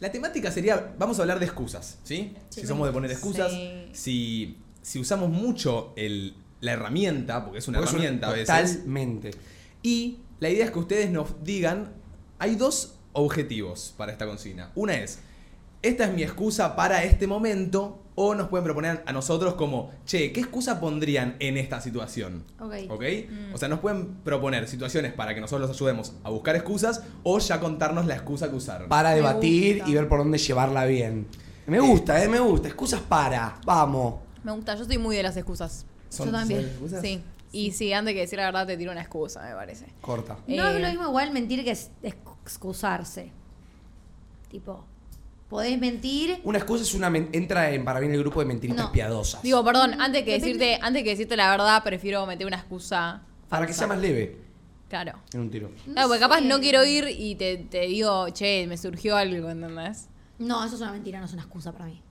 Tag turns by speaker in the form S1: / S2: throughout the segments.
S1: La temática sería, vamos a hablar de excusas, ¿sí?
S2: Sí.
S1: Si somos de poner excusas,
S2: Sí.
S1: si, si usamos mucho el- la herramienta, porque es una
S3: Porque es una-
S1: herramienta a veces.
S3: Totalmente.
S1: Y la idea es que ustedes nos digan, hay dos objetivos para esta consigna. Una es, esta es mi excusa para este momento, o nos pueden proponer a nosotros como, che, ¿qué excusa pondrían en esta situación?
S2: Ok.
S1: ¿Ok?
S2: Mm.
S1: O sea, nos pueden proponer situaciones para que nosotros los ayudemos a buscar excusas o ya contarnos la excusa que usaron.
S3: Para
S2: Me
S3: debatir
S2: gusta.
S3: y ver por dónde llevarla bien. Me gusta, eh, me gusta. Excusas para. Vamos.
S2: Me gusta, yo soy muy de las excusas.
S1: ¿Son-
S2: yo también.
S3: son excusas?
S2: Sí. Y si antes que decir la verdad te tiro una excusa, me parece.
S3: Corta.
S4: No
S2: Eh,
S4: es lo mismo igual mentir que es- excusarse. Tipo, podés mentir.
S3: Una excusa es una. men- Entra en, para mí en el grupo de mentiritas
S4: No.
S3: piadosas.
S2: Digo,
S4: Mm,
S2: perdón, antes que
S4: Depende.
S2: decirte, antes que decirte la verdad, prefiero meter una excusa.
S3: para que sea más leve
S2: Claro.
S3: en un tiro.
S4: No
S2: Claro, porque capaz
S4: sé.
S2: no quiero ir y te, te digo, che, me surgió algo, ¿entendés?
S4: No, eso es una mentira, no es una excusa para mí.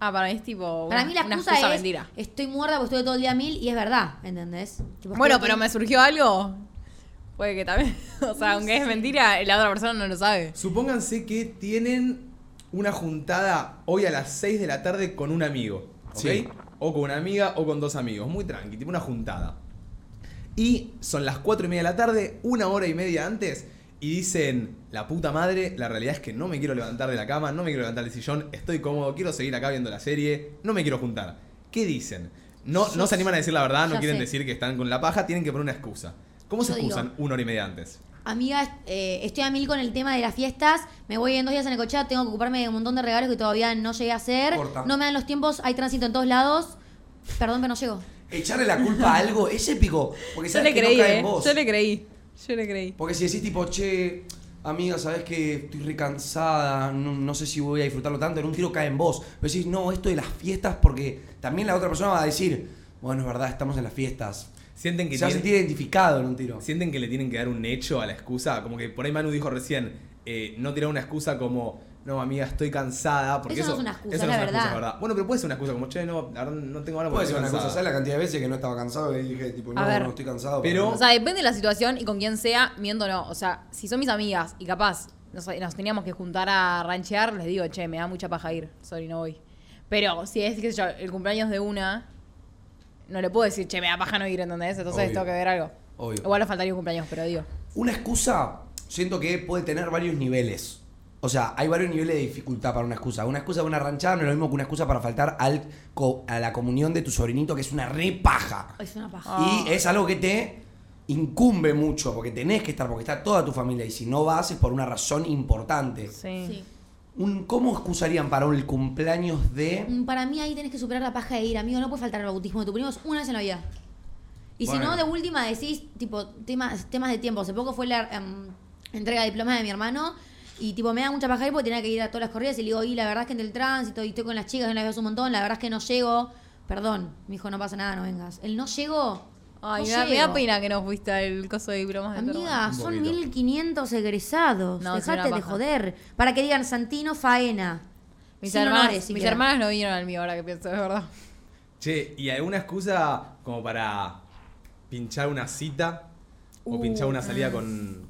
S2: Ah, para mí es tipo.
S4: Para
S2: una-
S4: mí la
S2: una
S4: excusa,
S2: excusa
S4: es
S2: mentira.
S4: estoy muerta porque estuve todo el día mil y es verdad, ¿entendés? Tipo,
S2: Bueno,
S4: estuve
S2: pero
S4: todo-
S2: me surgió algo. Puede que también. O sea, aunque es mentira, la otra persona no lo sabe.
S1: Supónganse que tienen una juntada hoy a las 6 de la tarde con un amigo, ¿ok?
S3: Sí.
S1: O con una amiga o con dos amigos, muy tranqui, tipo una juntada. Y son las 4 y media de la tarde, una hora y media antes, y dicen, la puta madre, la realidad es que no me quiero levantar de la cama, no me quiero levantar del sillón, estoy cómodo, quiero seguir acá viendo la serie, no me quiero juntar. ¿Qué dicen? No, no se animan a decir la verdad, no
S4: Ya
S1: quieren
S4: sé.
S1: decir que están con la paja, tienen que poner una excusa. ¿Cómo se
S4: Yo digo-
S1: excusan una hora y media antes?
S4: Amiga, eh, estoy a mil con el tema de las fiestas, me voy en dos días en el coche, tengo que ocuparme de un montón de regalos que todavía no llegué a hacer.
S3: Corta.
S4: No me dan los tiempos, hay tránsito en todos lados. Perdón, pero no llego.
S3: Echarle la culpa a algo es épico. Porque
S2: Yo
S3: sabes
S2: le
S3: que no
S2: creí,
S3: cae en
S2: eh.
S3: vos.
S2: Yo le creí. Yo le creí.
S3: Porque si decís tipo, che, amiga, sabes que estoy recansada, no, no sé si voy a disfrutarlo tanto, en un tiro cae en vos. Pero decís, no, esto de las fiestas, porque también la otra persona va a decir, bueno, es verdad, estamos en las fiestas.
S1: Sienten que
S3: Se va a
S1: tienen-
S3: sentir identificado en un tiro.
S1: ¿Sienten que le tienen que dar un hecho a la excusa? Como que por ahí Manu dijo recién, eh, no tirar una excusa como, no, amiga, estoy cansada. Porque
S4: Eso
S1: eso,
S4: no es una excusa,
S1: eso
S4: es la
S1: una excusa,
S4: verdad.
S1: Bueno, pero puede ser una excusa como, che, no, la verdad no tengo ganas porque
S3: Puede ser
S1: estoy
S3: una cosa,
S1: cansada".
S3: ¿sabes la cantidad de veces que no estaba cansado y dije, tipo, no,
S2: A ver.
S3: no estoy cansado?
S1: Pero-
S3: para
S2: O sea, depende de la situación y con quién sea, miento o no. O sea, si son mis amigas y capaz nos, nos teníamos que juntar a ranchear, les digo, che, me da mucha paja ir, sorry, no voy. Pero si es, qué sé yo, el cumpleaños de una, no le puedo decir, che, me da paja no ir, ¿entendés? Entonces
S3: Obvio.
S2: tengo que ver algo.
S3: Obvio.
S2: Igual nos faltaría un cumpleaños, pero digo.
S3: Una excusa, siento que puede tener varios niveles. O sea, hay varios niveles de dificultad para una excusa. Una excusa de una ranchada no es lo mismo que una excusa para faltar al co- a la comunión de tu sobrinito, que es una repaja.
S4: Es una paja.
S2: Ah.
S3: Y es algo que te incumbe mucho, porque tenés que estar, porque está toda tu familia. Y si no vas es por una razón importante.
S2: Sí.
S4: Sí.
S3: Un, ¿Cómo excusarían para un cumpleaños de...
S4: Mm, Para mí ahí tenés que superar la paja de ir, amigo. No puede faltar el bautismo de tu primo, es una vez en la vida. Y si
S3: Bueno.
S4: no, de última decís, tipo, temas, temas de tiempo. Hace poco fue la em, entrega de diplomas de mi hermano y, tipo, me da mucha paja ir porque tenía que ir a todas las corridas y le digo, y la verdad es que en el tránsito y estoy con las chicas, no las veo hace un montón, la verdad es que no llego. Perdón, mi hijo, no pasa nada, no vengas. El no llego.
S2: Ay,
S4: no
S2: me da- me da
S4: llego.
S2: pena que nos fuiste al coso de diplomas de tu hermano.
S4: Amiga,
S1: Un
S4: son
S1: poquito.
S4: 1500 egresados.
S2: No, sí,
S4: Dejate
S2: una
S4: de
S2: paja.
S4: joder. Para que digan Santino Faena.
S2: Mis,
S4: Sin
S2: hermanas,
S4: honores,
S2: mis
S4: siquiera.
S2: hermanas no vinieron al mío ahora que pienso, de verdad.
S1: Che, ¿y alguna excusa como para pinchar una cita? ¿O pinchar una salida
S4: Uh,
S1: con,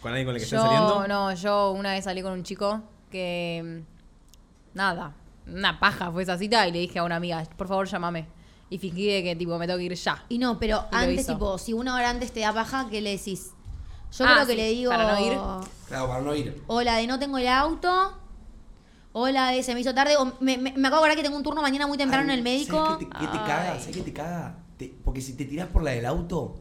S1: con alguien con el que
S2: yo,
S1: estén saliendo?
S2: No, yo una vez salí con un chico que. mm, Nada. Una paja fue esa cita y le dije a una amiga, por favor, llámame. Y fingí de que tipo me tengo que ir ya.
S4: Y no, pero
S2: Y lo
S4: antes,
S2: hizo.
S4: tipo, si una hora antes te da paja, ¿qué le decís? Yo
S2: Ah,
S4: creo que
S2: sí,
S4: le digo.
S2: para no ir.
S3: Claro, para no ir.
S4: O la de no tengo el auto. O la de se me hizo tarde. O me, me, me acabo de acordar que tengo un turno mañana muy temprano en el médico.
S3: ¿Sabes qué te, qué te caga? ¿Sabes qué te caga? Te- porque si te tirás por la del auto,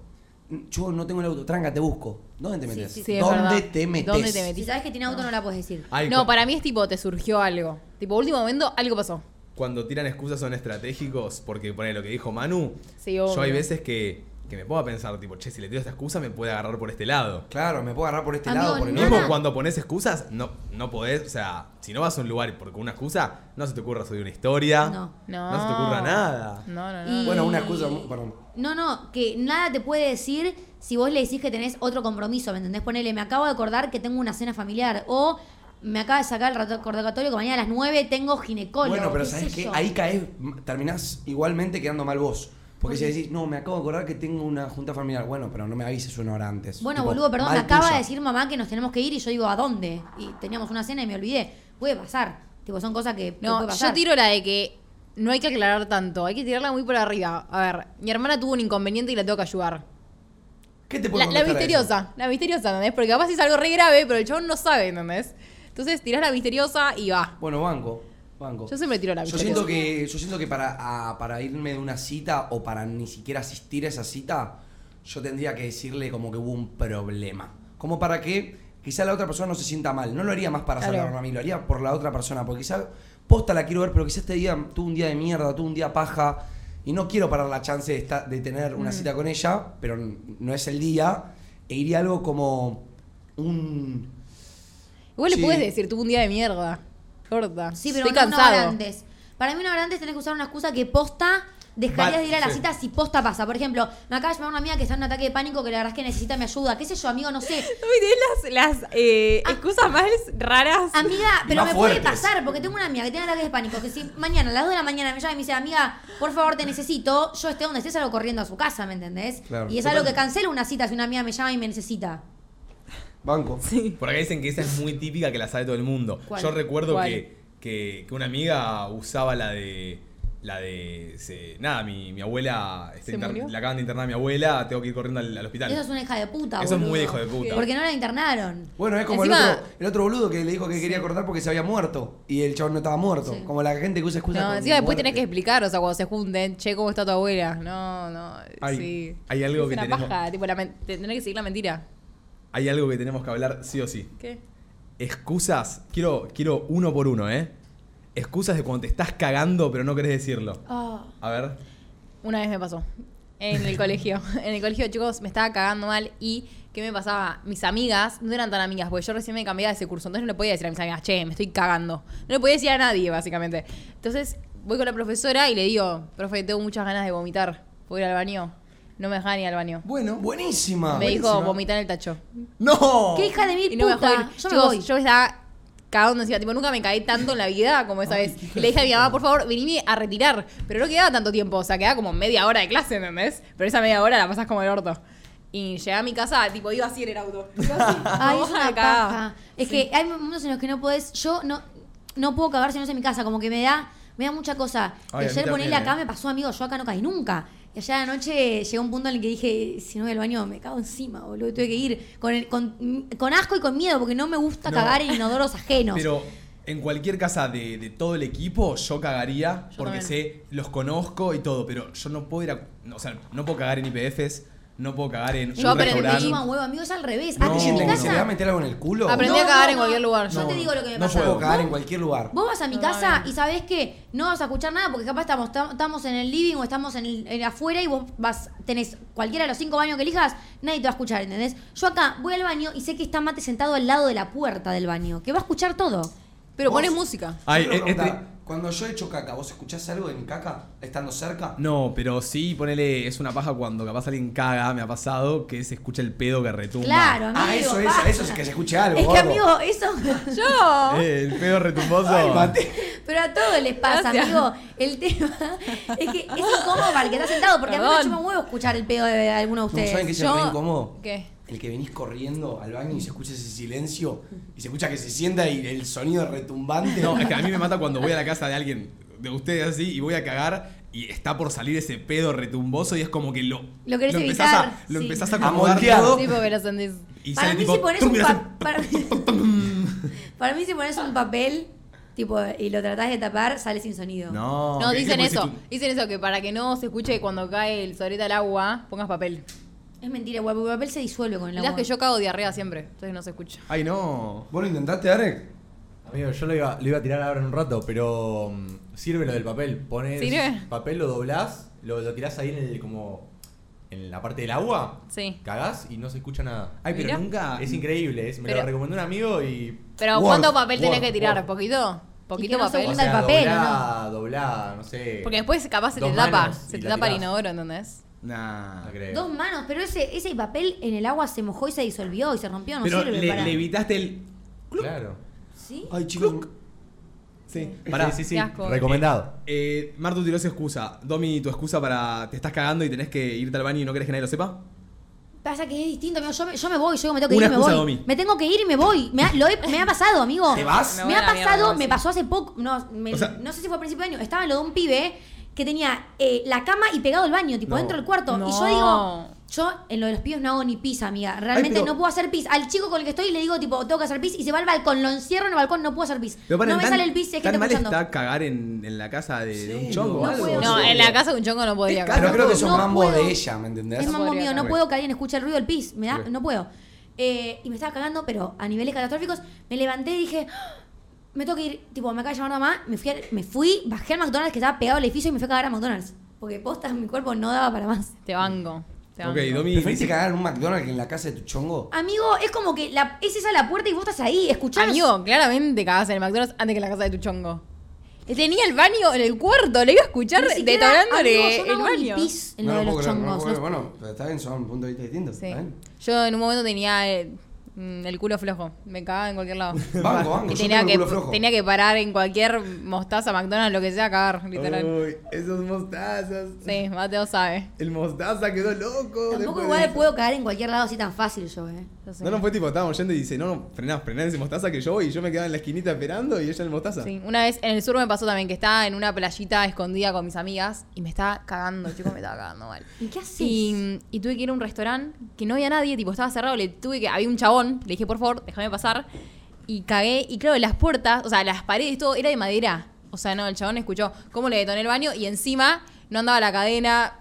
S3: yo no tengo el auto, tranca, te busco. ¿Dónde te metes?
S4: sí,
S2: sí, es
S3: ¿Dónde,
S2: verdad.
S3: te metes?
S2: ¿Dónde te metes?
S4: Si sabes que tiene auto, no la puedes decir.
S1: Ay,
S2: no,
S1: cu-
S2: para mí es tipo, te surgió algo. Tipo, último momento, algo pasó.
S1: Cuando tiran excusas son estratégicos, porque pone lo que dijo Manu,
S2: Sí,
S1: yo
S2: obvio.
S1: hay veces que, que me pongo a pensar, tipo, che, si le tiro esta excusa me puede agarrar por este lado.
S3: Claro, me puedo agarrar por este
S4: Amigo,
S3: lado, por el
S4: nada.
S3: otro.
S1: Mismo cuando pones excusas, no, no podés, o sea, si no vas a un lugar por una excusa, no se te ocurra subir una historia.
S4: No.
S2: No.
S1: se te ocurra nada.
S2: No, no, no.
S4: Y-
S3: Bueno, una excusa, perdón.
S4: No, no, que nada te puede decir si vos le decís que tenés otro compromiso, ¿me entendés? Ponele, me acabo de acordar que tengo una cena familiar. O me acaba de sacar el recordatorio que mañana a las 9 tengo ginecólogo.
S3: Bueno, pero
S4: ¿qué
S3: sabes
S4: sé
S3: que
S4: yo?
S3: ahí caes, m- terminás igualmente quedando mal vos. Porque si decís, no, me acabo de acordar que tengo una junta familiar. Bueno, pero no me avises una hora antes.
S4: Bueno,
S3: Tipo,
S4: boludo, perdón,
S3: mal
S4: me acaba
S3: tuya.
S4: de decir mamá que nos tenemos que ir y yo digo, ¿a dónde? Y teníamos una cena y me olvidé. Puede pasar. Tipo, son cosas que que
S2: No,
S4: puede pasar.
S2: yo tiro la de que no hay que aclarar tanto, hay que tirarla muy por arriba. A ver, mi hermana tuvo un inconveniente y la tengo que ayudar.
S3: ¿Qué te puedo
S2: La, la
S3: contestar a eso?
S2: misteriosa, la misteriosa, ¿entendés? Porque capaz es algo re grave, pero el chabón no sabe, ¿entendés? Entonces tirás la misteriosa y va.
S3: Bueno, banco. Banco.
S2: Yo siempre tiro la
S3: Yo
S2: misteriosa.
S3: siento que, yo siento que para, a- para irme de una cita o para ni siquiera asistir a esa cita, yo tendría que decirle como que hubo un problema. Como para que quizá la otra persona no se sienta mal. No lo haría más para
S2: Claro.
S3: salvarme a mí, lo haría por la otra persona. Porque quizá posta la quiero ver, pero quizá este día tuve un día de mierda, tuve un día paja. Y no quiero parar la chance de, esta- de tener una cita con ella, pero n- no es el día. E iría algo como un...
S2: Igual le
S3: Sí.
S2: puedes decir, tuvo un día de mierda. Corta.
S4: Sí, pero
S2: Estoy
S4: no una hora
S2: cansado.
S4: antes. Para mí una hora antes tenés que usar una excusa que posta dejarías
S1: Vale,
S4: de ir a la
S1: sí.
S4: cita si posta pasa. Por ejemplo, me acaba de llamar una amiga que está en un ataque de pánico que la verdad es que necesita mi ayuda. ¿Qué sé yo, amigo? No sé.
S2: Uy, de las, las eh,
S4: Ah.
S2: excusas más raras.
S4: Amiga,
S3: Y
S4: pero
S3: más
S4: me puede
S3: fuertes.
S4: pasar porque tengo una amiga que tiene ataques de pánico. Que si mañana a las 2 de la mañana me llama y me dice, amiga, por favor te necesito, yo esté donde esté, salgo corriendo a su casa, ¿me entendés?
S3: Claro,
S4: y es algo que cancela una cita si una amiga me llama y me necesita.
S3: Banco.
S1: Por acá dicen que esa es muy típica, que la sabe todo el mundo.
S4: ¿Cuál?
S1: Yo recuerdo
S2: ¿Cuál?
S1: que, que, que una amiga usaba la de. La de. se- nada, mi, mi abuela. este,
S2: ¿Se
S1: inter-
S2: murió?
S1: la acaban de internar a mi abuela, tengo que ir corriendo al, al hospital.
S4: Eso es una hija de puta,
S1: Eso es muy
S4: boludo.
S1: hijo de puta.
S4: Porque no la internaron.
S3: Bueno, es como
S2: Encima-
S3: el, otro, el otro boludo que le dijo que quería cortar porque se había muerto y el chabón no estaba muerto.
S4: Sí.
S3: Como la gente que usa excusas.
S2: No,
S3: con
S2: encima después
S3: muerte.
S2: tenés que explicar, o sea, cuando se junten, che, ¿cómo está tu abuela? No, no,
S1: Hay-
S2: sí.
S1: hay algo
S2: es
S1: que
S2: una
S1: tenemos-
S2: paja, tipo, la men- te- tenés que seguir la mentira.
S1: Hay algo que tenemos que hablar sí o sí.
S2: ¿Qué?
S1: Excusas. Quiero, quiero uno por uno, ¿eh? Excusas de cuando te estás cagando pero no querés decirlo.
S4: Ah.
S1: A ver.
S2: Una vez me pasó. En el colegio. En el colegio, chicos, me estaba cagando mal y ¿qué me pasaba? Mis amigas no eran tan amigas, porque yo recién me cambié de ese curso, entonces no le podía decir a mis amigas, che, me estoy cagando. No le podía decir a nadie, básicamente. Entonces voy con la profesora y le digo, profe, tengo muchas ganas de vomitar. ¿Puedo ir al baño? No me dejaba ni ir al baño.
S1: Bueno.
S3: Buenísima.
S2: me dijo,
S3: buenísima.
S2: vomitar en el tacho.
S1: ¡No!
S4: ¿Qué hija de mil
S2: Y no me
S4: puta?
S2: dejó ir.
S4: Yo
S2: Chicos,
S4: me voy.
S2: yo estaba cagando encima. Tipo, nunca me caí tanto en la vida como esa vez. Y le dije a mi mamá, por favor, venime a retirar. Pero no quedaba tanto tiempo. O sea, quedaba como media hora de clase, ¿entendés? Pero esa media hora la pasás como el orto. Y llegué a mi casa, tipo, iba así en el auto. Iba así.
S4: Ay, es
S2: Como
S4: una
S2: cagada.
S4: paja. Es que hay momentos en los que no podés. Yo no, no puedo cagar si no es en mi casa. Como que me da, me da mucha cosa.
S1: Ay,
S4: Y
S1: a mí
S4: ayer ponerle
S1: también,
S4: acá
S1: eh.
S4: me pasó, amigo. Yo acá no caí nunca. Y ayer anoche llegó un punto en el que dije, si no voy al baño, me cago encima, boludo. y Tuve que ir con, el- con, con asco y con miedo, porque no me gusta
S1: No.
S4: cagar en inodoros ajenos.
S1: Pero en cualquier casa de, de todo el equipo, yo cagaría porque sé, los conozco y todo, pero yo no puedo ir a. no, O sea, no puedo cagar en IPFs, no puedo cagar en
S2: Yo
S1: un
S2: aprendí-
S4: me
S1: restaurante.
S4: chima un huevo, amigo, es al revés.
S3: ¿A
S1: No,
S4: Ah, Acá en
S3: qué
S4: mi
S3: sienten que
S4: casa-
S3: se le va a meter algo en el culo?
S2: Aprendí
S3: no,
S2: a cagar en cualquier lugar.
S4: Yo
S2: No,
S4: te digo lo que me
S1: no
S4: pasa.
S1: puedo
S3: cagar en cualquier lugar.
S4: Vos vas a mi
S2: No,
S4: casa
S2: no.
S4: y sabés que no vas a escuchar nada porque capaz estamos, tam- estamos en el living o estamos en el, en afuera y vos vas, tenés cualquiera de los cinco baños que elijas, nadie te va a escuchar, ¿entendés? Yo acá voy al baño y sé que está Mate sentado al lado de la puerta del baño, que va a escuchar todo.
S2: Pero
S3: Vos-
S2: pones música.
S1: Ay,
S3: Yo quiero
S1: eh, este-
S3: preguntar, Cuando yo echo caca, ¿vos escuchás algo de mi caca estando cerca?
S1: No, pero sí, ponele, es una paja cuando capaz alguien caga, me ha pasado, que se escucha el pedo que retumba.
S4: Claro, amigo.
S3: Ah, eso es,
S4: basta.
S3: eso es que se escuche algo.
S4: Es que,
S3: gordo.
S4: amigo, eso.
S2: Yo.
S1: Eh, el pedo retumboso.
S3: Ay, Mate.
S4: Pero a todos les pasa,
S2: Gracias.
S4: amigo. El tema es que es incómodo para el que está sentado porque a mí me
S2: Perdón.
S4: chupa un huevo escuchar el pedo de alguno de
S3: ¿No
S4: ustedes.
S3: saben que es
S2: yo-
S3: re incómodo?
S2: ¿Qué?
S3: El que venís corriendo al baño y se escucha ese silencio y se escucha que se sienta y el sonido retumbante.
S1: No, es que a mí me mata cuando voy a la casa de alguien, de ustedes así, y voy a cagar y está por salir ese pedo retumboso y es como que lo.
S4: Lo querés
S1: empezás a-
S4: evitar,
S1: lo
S4: sí.
S1: empezás a
S3: A
S1: acomodar
S3: moldear.
S1: todo
S2: Sí, porque lo sentís.
S1: y
S4: para
S1: sale
S4: mí
S1: tipo.
S4: si pones
S1: tum,
S4: un
S1: y hace-
S4: pa- para, para mí si pones un papel tipo y lo tratás de tapar sale sin sonido.
S1: No,
S2: No,
S1: que-
S2: dicen
S1: que-
S2: eso.
S1: si tú-
S2: Dicen eso, que para que no se escuche cuando cae el sobrete al agua, pongas papel.
S4: Es mentira, guapo, el papel se disuelve con el
S2: Mirá
S4: agua.
S2: que yo cago diarrea siempre, entonces no se escucha.
S1: Ay, no.
S3: ¿Vos lo intentaste, Arek?
S5: Amigo, yo lo iba, lo iba a tirar ahora en un rato, pero mm, sirve lo del papel. Pones
S2: ¿Sirve?
S5: papel, lo doblás, lo, lo tirás ahí en el como en la parte del agua,
S2: Sí.
S5: cagás y no se escucha nada.
S1: Ay, pero
S2: Mirá.
S1: nunca.
S5: Es increíble, es- me
S2: Pero-
S5: lo recomendó un amigo y
S2: Pero
S3: Word,
S2: ¿cuánto papel
S5: Word,
S2: tenés que tirar?
S5: Word.
S2: ¿Poquito? ¿Poquito
S4: que no se
S2: papel?
S5: o
S4: hunda el
S5: sea,
S4: papel, ¿o
S5: doblá, doblá, no sé.
S2: Porque después capaz se
S5: Dos
S2: te tapa,
S5: manos
S2: se
S5: y
S2: te
S5: la
S2: tapa el
S5: tirás.
S2: inodoro, ¿entendés?
S1: Nah.
S5: No creo.
S4: Dos manos, pero ese, ese papel en el agua se mojó y se disolvió y se rompió, no
S1: Pero
S4: sirve
S1: le,
S4: para.
S1: le evitaste el.
S5: Claro.
S4: ¿Sí?
S3: Ay, chicos.
S1: Se Sí, pará.
S5: Sí, sí,
S2: Qué
S5: sí.
S2: asco.
S5: Recomendado.
S1: Eh, Martu tiró su excusa. Domi, tu excusa para. Te estás cagando y tenés que irte al baño y no querés que nadie lo sepa.
S4: Pasa que es distinto, amigo. Yo me, yo me voy, yo me tengo que
S1: Una
S4: ir y me
S1: excusa,
S4: voy.
S1: Domi.
S4: Me tengo que ir y me voy. Me ha, lo he- me ha pasado, amigo.
S3: ¿Te vas?
S4: Me,
S2: Me voy
S4: ha
S2: a la mierda,
S4: pasado,
S2: sí.
S4: me pasó hace poco. No, me-
S1: O sea-
S4: no sé si fue a principio de año. Estaba lo de un pibe que tenía eh, la cama y pegado al baño, tipo
S1: No.
S4: dentro del cuarto. Y yo
S2: No.
S4: digo, yo en lo de los pibes no hago ni pis, amiga. Realmente
S1: Ay, pero-
S4: no puedo hacer pis. Al chico con el que estoy le digo, tipo, tengo que hacer pis y se va al balcón, lo encierro en el balcón, no puedo hacer pis.
S1: Pero paren,
S4: no me
S1: tan-
S4: sale el pis, es que
S1: tan
S4: está
S1: mal
S4: escuchando.
S1: está cagar en, en la casa de, de un
S3: Sí,
S1: chongo o
S3: no
S1: algo.
S4: puedo.
S2: No, en la casa de un chongo no podría.
S1: Es
S2: cagar.
S3: Pero creo que son
S4: No
S3: mambos
S4: puedo.
S3: de ella, ¿me entendés?
S4: Es
S2: No
S4: mambo
S2: podría
S4: mío, no
S2: tampoco.
S4: puedo que alguien escuche el ruido del pis, me da,
S1: Sí.
S4: no puedo. Eh, y me estaba cagando, pero a niveles catastróficos, me levanté y dije, "Ah, me tengo que ir, tipo, me acaba de llamar mamá, me fui, al- me fui, bajé al McDonald's que estaba pegado al edificio y me fui a cagar a McDonald's. Porque posta, mi cuerpo no daba para más.
S2: Te banco. Te
S1: Ok,
S2: banco.
S1: Domi.
S3: ¿Preferiste
S1: dice-
S3: cagar en un McDonald's que en la casa de tu chongo?
S4: Amigo, es como que la, es esa la puerta y vos estás ahí, escuchás.
S2: Amigo, claramente cagás en el McDonald's antes que en la casa de tu chongo. Tenía el baño en el cuarto, le iba a escuchar
S4: ni siquiera,
S2: detonándole
S4: amigo, yo no hago
S2: el
S4: ni
S2: baño.
S4: pis en
S3: No
S4: lo de
S3: lo
S4: los
S3: puedo creer, no
S4: chongos.
S3: lo
S4: los-
S3: puedo creer. Bueno, pero está bien, son un punto de vista distinto.
S2: Sí.
S3: está bien.
S2: Yo en un momento tenía eh, mm, el culo flojo, me cagaba en cualquier lado.
S3: Banco, banco,
S2: Y
S3: yo
S2: tenía
S3: tengo
S2: que,
S3: el culo flojo.
S2: tenía que parar en cualquier mostaza, McDonald's, lo que sea, a cagar,
S3: Uh.
S2: literal.
S1: Uy, esos mostazas.
S2: Sí, Mateo sabe.
S1: El mostaza quedó loco.
S4: Tampoco
S1: después
S4: igual
S1: de eso.
S4: puedo cagar en cualquier lado así tan fácil yo, eh.
S2: Yo sé.
S1: No, no, fue tipo, estábamos yendo y dice, no, no, frená, frená ese mostaza que yo voy y yo me quedaba en la esquinita esperando y ella en el mostaza.
S2: Sí, una vez en el sur me pasó también que estaba en una playita escondida con mis amigas y me estaba cagando, chicos, me estaba cagando mal.
S4: ¿Y qué haces?
S2: Y, y tuve que ir a un restaurante que no había nadie, tipo, estaba cerrado, le tuve que, había un chabón, le dije, por favor, déjame pasar. Y cagué, y claro, las puertas, o sea, las paredes, todo era de madera. O sea, no, el chabón escuchó cómo le detoné el baño y encima no andaba la cadena,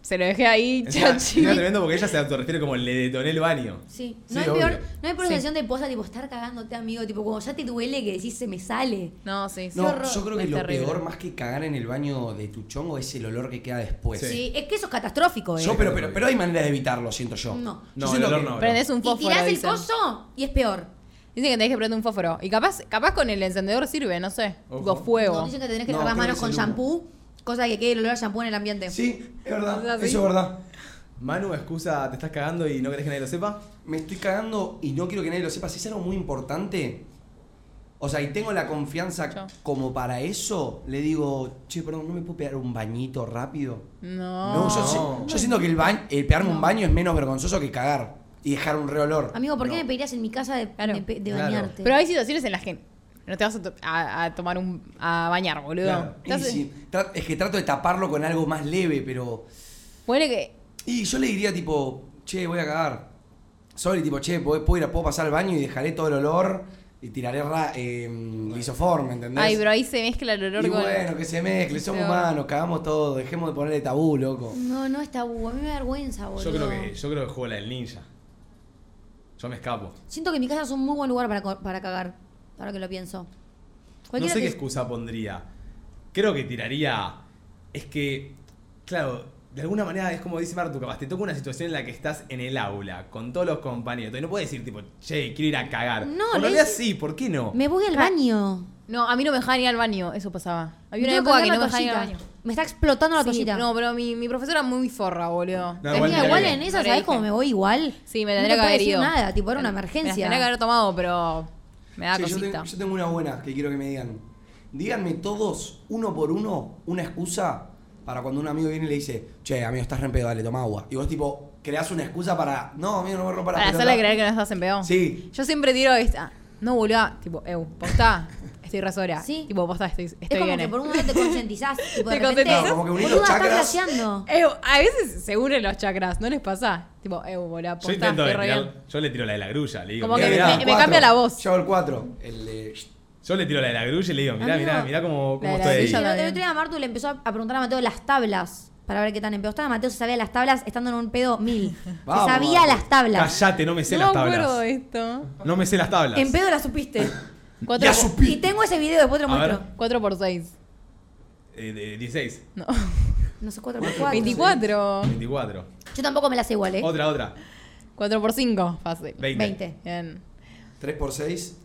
S2: se lo dejé ahí,
S1: Encima-
S2: chachi.
S1: encima tremendo porque ella se autorrefiere como le detoné el baño.
S4: Sí,
S1: Sí,
S4: no hay
S1: obvio.
S4: peor, no hay peor
S2: Sí.
S4: sensación de posa tipo estar cagándote, amigo, tipo como ya te duele que decís se me sale.
S2: No, sí, sí.
S3: No,
S4: horror.
S3: yo creo que
S2: Es
S3: lo
S2: terrible.
S3: peor más que cagar en el baño de tu chongo es el olor que queda después.
S4: Sí, es que eso es catastrófico, eh.
S3: Yo, pero, pero, pero hay manera de evitarlo, siento yo.
S4: No.
S1: No,
S3: Yo sé
S1: el
S3: lo
S1: olor
S3: que-
S1: no.
S2: Prendés un
S4: y
S2: fósforo.
S4: tirás el
S2: dicen.
S4: coso y es peor.
S2: Dicen que tenés que prender un fósforo. Y capaz, capaz con el encendedor sirve, no sé.
S1: Ojo.
S2: Tipo
S4: Nos
S2: fuego.
S4: dicen que tenés que
S3: No,
S4: lavar las
S3: creo
S4: manos
S3: que
S4: con
S3: es el
S4: shampoo, cosa que quede el olor a shampoo en el ambiente.
S3: Sí, es verdad.
S2: Es así.
S3: Eso es verdad.
S1: Manu, excusa, te estás cagando y no querés que nadie lo sepa.
S3: Me estoy cagando y no quiero que nadie lo sepa. Si es algo muy importante, o sea, y tengo la confianza
S2: Yo.
S3: como para eso, le digo, che, perdón, ¿no me puedo pegar un bañito rápido?
S2: No.
S3: No, yo, si- yo siento que el, baño, el pegarme un baño es menos vergonzoso que cagar y dejar un reolor.
S4: Amigo, ¿por qué
S3: No.
S4: me pedirías en mi casa de,
S2: Claro.
S4: de pe- de
S1: Claro.
S4: bañarte?
S2: Pero hay situaciones en las que no te vas a, to- a- a tomar un. a bañar, boludo.
S1: Claro.
S2: Te hace-
S3: Y si- tra- es que trato de taparlo con algo más leve, pero...
S2: Ponele que.
S3: Y yo le diría tipo, che, voy a cagar. Sorry, tipo, che, voy- puedo, ir a- puedo pasar al baño y dejaré todo el olor y tiraré ra- eh, lisoforme, ¿entendés?
S2: Ay, pero ahí se mezcla el olor
S3: y
S2: con.
S3: bueno, que se mezcle, somos
S2: Peor.
S3: humanos, cagamos todo, dejemos de ponerle tabú, loco.
S4: No, no está tabú, a mí me da vergüenza, boludo.
S1: Yo creo que, yo creo que juego la del ninja. Yo me escapo.
S4: Siento que mi casa es un muy buen lugar para, co- para cagar, ahora que lo pienso.
S1: No
S4: Cualquiera
S1: sé qué
S4: que-
S1: excusa pondría. Creo que tiraría. Es que, claro, de alguna manera es como dice Martu, capaz te toca una situación en la que estás en el aula con todos los compañeros. Y no puedes decir, tipo, che, quiero ir a cagar.
S4: No,
S1: en
S4: le
S1: realidad
S4: dice-
S1: sí, ¿por qué no?
S4: Me voy al
S2: Ca-
S4: baño.
S2: No, a mí no me dejaban ir al baño, eso pasaba. Había
S4: Me
S2: una
S4: tengo
S2: época que
S4: cambiar
S2: no me
S4: la
S2: dejaban ir al
S4: toallita.
S2: baño.
S4: Me está explotando la
S2: Sí,
S4: toallita.
S2: no, pero mi, mi profesora muy forra, boludo.
S1: No,
S2: Tenía-
S1: igual
S4: Amiga,
S1: me
S4: igual
S1: haría.
S4: en esa, ¿sabés cómo me voy igual?
S2: Sí, me
S4: No
S2: tendría
S4: te
S2: que
S4: puedo
S2: haber
S4: decir
S2: ido.
S4: nada, tipo, era una
S2: Me-
S4: emergencia.
S2: Me las tendría que haber tomado, pero. Me da
S3: Che, yo,
S2: cosita.
S3: tengo, yo tengo una buena que quiero que me digan. Díganme todos, uno por uno, una excusa para cuando un amigo viene y le dice, che, amigo, estás re en pedo, dale, toma agua. Y vos, tipo, creás una excusa para, no, amigo, no me rompa la
S2: Para
S3: pelota".
S2: hacerle creer que no estás en pedo.
S3: Sí.
S2: Yo siempre tiro esta. No, boludo. Tipo, eu, postá, estoy resora.
S4: Sí.
S2: Tipo, postá, estoy,
S4: Es
S2: estoy
S4: como
S2: bien.
S4: que
S2: eh.
S4: por un momento te concientizás. tipo, de
S2: Te
S4: repente,
S2: concientizás.
S3: No, como que unís
S4: boluda,
S3: los chakras.
S4: estás flasheando.
S2: Eu, a veces se unen los chakras, ¿no les pasa? Tipo, eh, eu, boludo,
S1: Yo
S2: postá,
S1: intento
S2: estoy
S1: de
S2: re bien.
S1: tirar, yo le tiro la de la grulla, le digo,
S2: Como
S1: mirá,
S2: que
S1: mirá.
S2: me- me cambia la voz.
S3: Yo el 4. El de...
S1: Yo le tiro la de la grulla y le digo, mirá, mirá,
S4: Amigo,
S1: mirá cómo, cómo
S2: la de la
S1: estoy ahí.
S4: Sí,
S2: ya
S4: el,
S2: la vi.
S4: el otro día Martu le empezó a a preguntar a Mateo las tablas para ver qué tan en pedo estaba. Mateo se sabía las tablas estando en un pedo mil. Se
S3: Vamos,
S4: sabía
S3: Martu.
S4: las tablas.
S1: Callate, no me sé
S2: no
S1: las
S2: me acuerdo
S1: tablas.
S2: de Em- esto.
S1: No me sé las tablas.
S4: En pedo las supiste.
S2: Cuatro
S3: Ya supe.
S4: y tengo ese video, después te lo
S1: A ver.
S4: muestro.
S2: 4 por 6.
S1: Eh, de 16,
S2: No.
S4: No sé, cuatro por cuatro.
S2: 24.
S1: 24.
S4: Yo tampoco me las sé igual, ¿eh?
S3: Oh,
S1: Otra, otra.
S2: 4 por 5. Fácil.
S1: 20.
S4: 20.
S2: Bien.
S3: 3 por 6.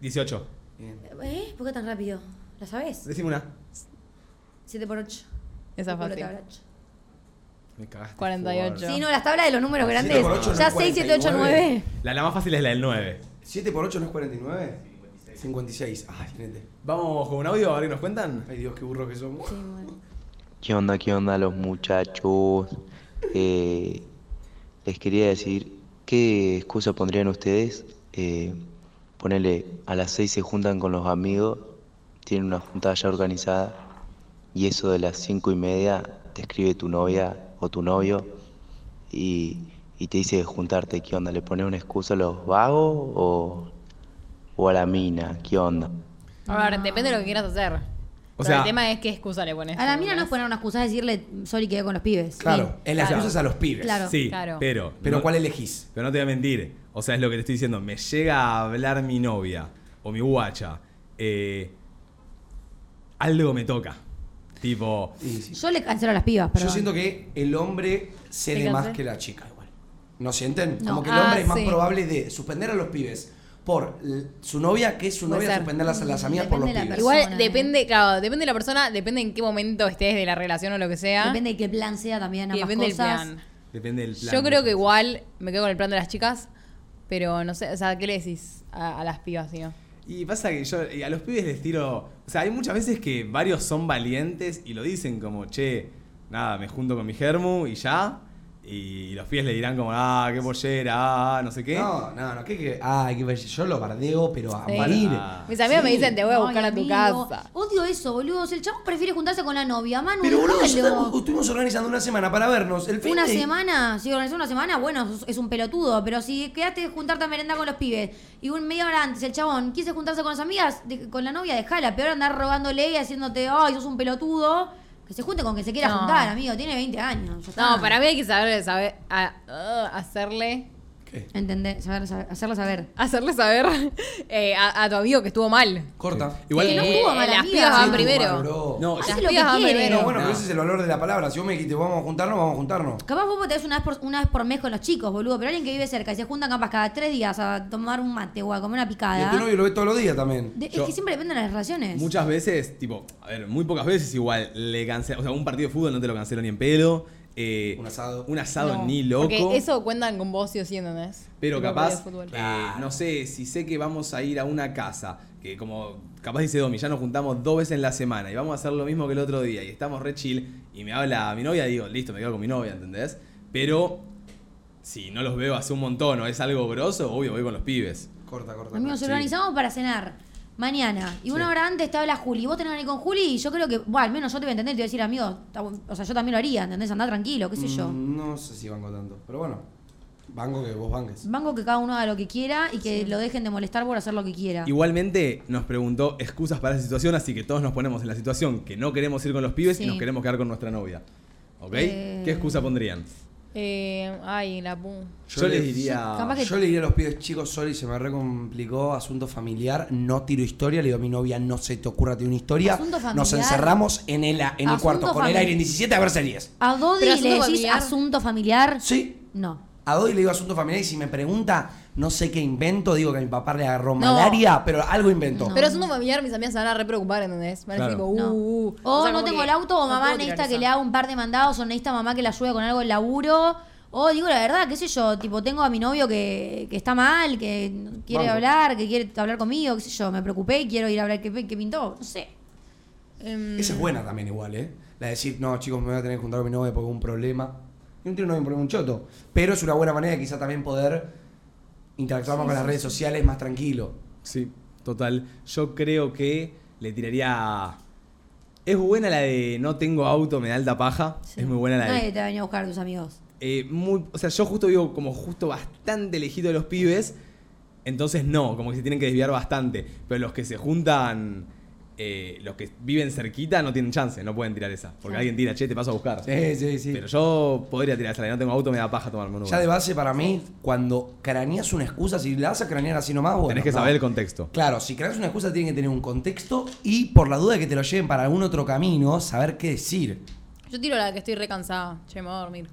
S1: 18.
S4: ¿Eh? ¿Por qué tan rápido? ¿La sabes?
S1: Decime una.
S4: 7 por 8.
S2: Esa es fácil.
S1: Me cagaste.
S2: 48.
S1: Ford.
S4: Sí, no, las tablas de los números
S3: Ah, Siete
S4: grandes.
S3: por ocho no
S4: ya
S3: es
S4: 6, 7, 8,
S3: 49.
S4: 9.
S1: La, la más fácil es la del 9.
S3: 7 por 8 no es 49. 56. Ay, nete.
S1: Vamos con un audio a ver qué nos cuentan.
S3: Ay, Dios, qué burro que somos.
S4: Sí, bueno.
S6: ¿Qué onda, qué onda los muchachos? Eh, les quería decir, ¿qué excusa pondrían ustedes? Eh, ponele, a las 6 se juntan con los amigos, tienen una juntada ya organizada, y eso de las cinco y media te escribe tu novia o tu novio y, y te dice de juntarte, ¿qué onda? ¿Le pones una excusa a los vagos o, o a la mina? ¿Qué onda?
S2: A ver, depende de lo que quieras hacer.
S1: O
S2: Pero
S1: sea-
S2: el tema es qué excusa le pones.
S4: A la mina no es poner una excusa, es decirle, sorry, quedé con los pibes.
S3: Claro, en las
S2: claro.
S3: cosas a los pibes.
S4: Claro.
S1: sí,
S2: claro.
S1: pero.
S3: Pero
S1: no-
S3: ¿cuál elegís?
S1: Pero no te voy a mentir. O sea, es lo que te estoy diciendo. Me llega a hablar mi novia o mi guacha. eh, algo me toca. Tipo.
S3: Y sí.
S4: Yo le cancelo a las pibas, pero.
S3: Yo siento que el hombre cede
S2: Fíjense.
S3: más que la chica igual. ¿No sienten?
S4: No.
S3: Como que el
S2: Ah,
S3: hombre es más
S2: sí.
S3: probable de suspender a los pibes por l- su novia que su
S2: Puede
S3: novia
S2: ser. Mm,
S3: suspender las, las amigas
S4: Depende
S3: por los
S4: de la
S3: pibes.
S4: persona.
S2: Igual
S4: ¿eh?
S2: depende, claro, depende de la persona, depende en qué momento estés de la relación o lo que sea.
S4: Depende de qué plan sea también,
S2: y
S4: ambas
S2: depende del
S4: cosas.
S2: plan.
S1: Depende del plan.
S2: Yo creo que igual me quedo con el plan de las chicas, pero no sé, o sea, ¿qué le decís a, a las pibas, tío?
S1: Y pasa que yo y a los pibes les tiro. O sea, hay muchas veces que varios son valientes y lo dicen como, che, nada, me junto con mi germu y ya. Y los pibes le dirán como, ah, qué pollera, ah, no sé qué.
S3: No, no, no, que, que, ay, que yo lo bardeo, pero a
S2: Sí.
S3: morir.
S1: Ah.
S2: Mis amigas me
S3: Sí.
S2: dicen, te voy a
S4: Ay,
S2: buscar a tu
S4: amigo,
S2: casa.
S4: Odio eso, boludo. El chabón prefiere juntarse con la novia. Manu,
S3: Pero boludo, ya
S4: déjalo.
S3: estamos- estuvimos organizando una semana para vernos. El fin
S4: Una
S3: de-
S4: semana, si organizás una semana, bueno, sos- es un pelotudo, pero si quedaste juntarte a merendar con los pibes y un media hora antes el chabón quiso juntarse con las amigas, de- con la novia, dejala, peor andar rogándole y haciéndote, ay, sos un pelotudo, que se junte con quien se quiera
S2: No.
S4: juntar, amigo, tiene 20 años. ya está.
S2: No, para mí hay que saber, saber a- ah, hacerle,
S3: ¿Qué?
S4: Entendé, saber, saber- hacerlo saber.
S2: hacerle saber eh, a, a tu amigo que estuvo mal.
S3: Corta.
S1: Igual.
S4: que no
S2: Eh,
S4: estuvo mal,
S2: las
S4: amiga.
S2: pibas van
S4: Sí,
S2: primero.
S3: bro.
S1: No,
S4: Hace lo
S2: Las
S4: que
S2: pibas van
S4: quiere.
S2: primero.
S3: No, bueno, pero
S1: No.
S3: ese es el valor de la palabra. Si vos me dijiste, vamos a juntarnos, vamos a juntarnos.
S4: Capaz vos te ves una vez, por, una vez por mes con los chicos, boludo, pero alguien que vive cerca y se juntan capaz cada tres días a tomar un mate o a comer una
S3: Y a
S4: picada.
S3: tu novio lo ve todos los días también.
S4: De- es
S1: Yo-
S4: que siempre dependen de las relaciones.
S1: Muchas veces, tipo, a ver, muy pocas veces igual le cancela. O sea, un partido de fútbol no te lo cancelo ni en pedo. eh,
S3: Un asado.
S1: Un asado
S2: No,
S1: ni loco.
S2: Porque eso cuentan con vos, sí o sí, ¿entendés?
S1: Pero
S2: Tipo, partido de
S1: capaz,
S2: fútbol.
S1: eh, no sé, si sé que vamos a ir a una casa, que como capaz dice Domi, ya nos juntamos dos veces en la semana y vamos a hacer lo mismo que el otro día y estamos re chill y me habla mi novia, digo, listo, me quedo con mi novia, ¿entendés? Pero si no los veo hace un montón o es algo grosso, obvio, voy con los pibes.
S3: Corta, corta.
S4: Amigos,
S1: Sí.
S4: nos organizamos para cenar mañana. Y una hora antes te habla Juli. Vos tenés que ir con Juli y yo creo que, bueno, al menos yo te voy a entender y te voy a decir, amigo, está bu- o sea, yo también lo haría, ¿entendés? Andá tranquilo, qué sé Pues yo.
S3: Mm, No sé si banco tanto, pero bueno. Banco que vos banques.
S4: Banco que cada uno haga lo que quiera y que lo dejen de molestar por hacer lo que quiera.
S1: Igualmente nos preguntó excusas para esa situación, así que todos nos ponemos en la situación que no queremos ir con los pibes y
S4: Sí.
S1: nos queremos quedar con nuestra novia. ¿Ok?
S4: Eh.
S1: ¿Qué excusa pondrían?
S2: Eh, ay, la pu.
S1: Yo,
S3: Yo
S1: les
S3: les-
S1: diría...
S4: Capaz que-
S3: Yo le diría a los pibes, chicos, sorry, se me recomplicó, asunto familiar, no tiro historia, le digo a mi novia, no se te ocurra tirar una historia,
S4: Asunto
S3: nos
S4: familiar.
S3: encerramos en el, en el
S4: Asunto
S3: cuarto con el
S4: familiar.
S3: aire en 17 a ver series.
S4: A Dodi
S2: Pero
S4: le
S2: asunto
S4: decís
S2: familiar.
S4: asunto familiar.
S3: Sí,
S4: No.
S3: a Dodi le digo asunto familiar y si me pregunta, no sé qué invento, digo que a mi papá le agarró malaria, pero algo inventó.
S2: Pero es un familiar, mis amigas se van a re preocupar, ¿entendés? Van a decir,
S1: Claro.
S2: tipo,
S4: No.
S2: uh, uh.
S4: O,
S2: sea,
S4: no
S2: como
S4: tengo
S2: que
S4: el auto, o
S2: no
S4: mamá
S2: puedo tirar
S4: necesita que
S2: esa.
S4: le haga un par de mandados, o necesita mamá que la ayude con algo del laburo. O digo la verdad, qué sé yo, tipo, tengo a mi novio que, que está mal, que no quiere
S3: Banco.
S4: hablar, que quiere hablar conmigo, qué sé yo, me preocupé y quiero ir a hablar qué, qué pintó, no sé.
S2: Em,
S3: Esa es buena también igual, ¿eh? La de decir, no, chicos, me voy a tener que juntar con mi novia porque hubo un problema. Y no tiene novia un problema, un choto. Pero es una buena manera de quizá también poder interactuar más con las redes sociales más tranquilo.
S1: Sí, total. Yo creo que le tiraría. Es buena la de no tengo auto, me da alta paja. Es muy buena la
S4: Nadie
S1: de.
S4: te va a venir a buscar tus amigos.
S1: eh, muy, o sea, yo justo vivo como justo bastante lejito de los pibes. Entonces no, como que se tienen que desviar bastante. Pero los que se juntan, eh, los que viven cerquita no tienen chance, no pueden tirar esa. Porque alguien tira, che, te paso a buscar.
S3: Sí, sí, sí.
S1: Pero yo podría tirar esa, la de no tengo auto, me da paja tomarme un Uber.
S3: Ya de base para mí, cuando craneas una excusa, si la vas a cranear así nomás, bueno,
S1: Tenés que
S3: no.
S1: saber el contexto.
S3: Claro, si creas una excusa tiene que tener un contexto y por la duda de que te lo lleven para algún otro camino, saber qué decir.
S2: Yo tiro la que estoy re cansada. Che, me voy a dormir.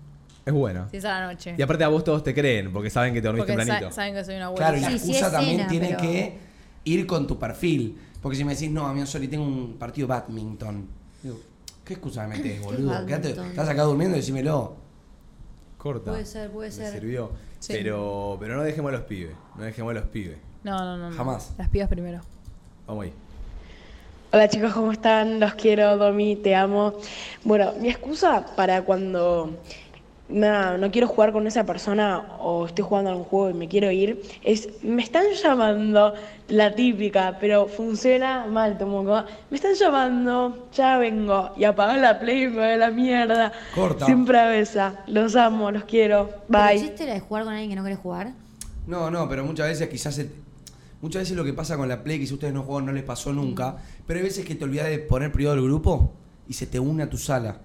S1: Es buena.
S2: Si es a la noche.
S1: Y aparte a vos todos te creen, porque saben que te dormiste
S2: Porque sa-
S1: tempranito.
S2: saben que soy una abuela.
S3: Claro, y la
S4: Sí, sí,
S3: excusa
S4: es
S3: también
S4: cena,
S3: tiene
S4: pero-
S3: que ir con tu perfil. Porque si me decís, no, amigo, sorry, tengo un partido de badminton. Digo, ¿qué excusa me metes, boludo? Quédate,
S4: badminton?
S3: estás acá durmiendo, decímelo.
S1: Corta.
S4: Puede ser, puede
S1: Me
S4: ser.
S1: sirvió.
S2: Sí.
S1: Pero, pero no dejemos a los pibes. No dejemos a los pibes.
S2: No, no, no, no.
S3: Jamás.
S2: Las pibas primero.
S1: Vamos ahí.
S7: Hola chicos, ¿cómo están? Los quiero, Domi, te amo. Bueno, mi excusa para cuando nada, no quiero jugar con esa persona o estoy jugando a un juego y me quiero ir es, me están llamando, la típica, pero funciona mal, como que, me están llamando, ya vengo, y apago la play y me voy a la mierda.
S3: Corta.
S7: Siempre a esa, los amo, los quiero,
S4: ¿Pero
S7: bye.
S4: ¿Existe la de jugar con alguien que no quiere jugar?
S3: No, no, pero muchas veces quizás se- muchas veces lo que pasa con la Play, que si ustedes no juegan no les
S4: Mm.
S3: pasó nunca, pero hay veces que te olvidas de poner privado el grupo y se te une a tu sala.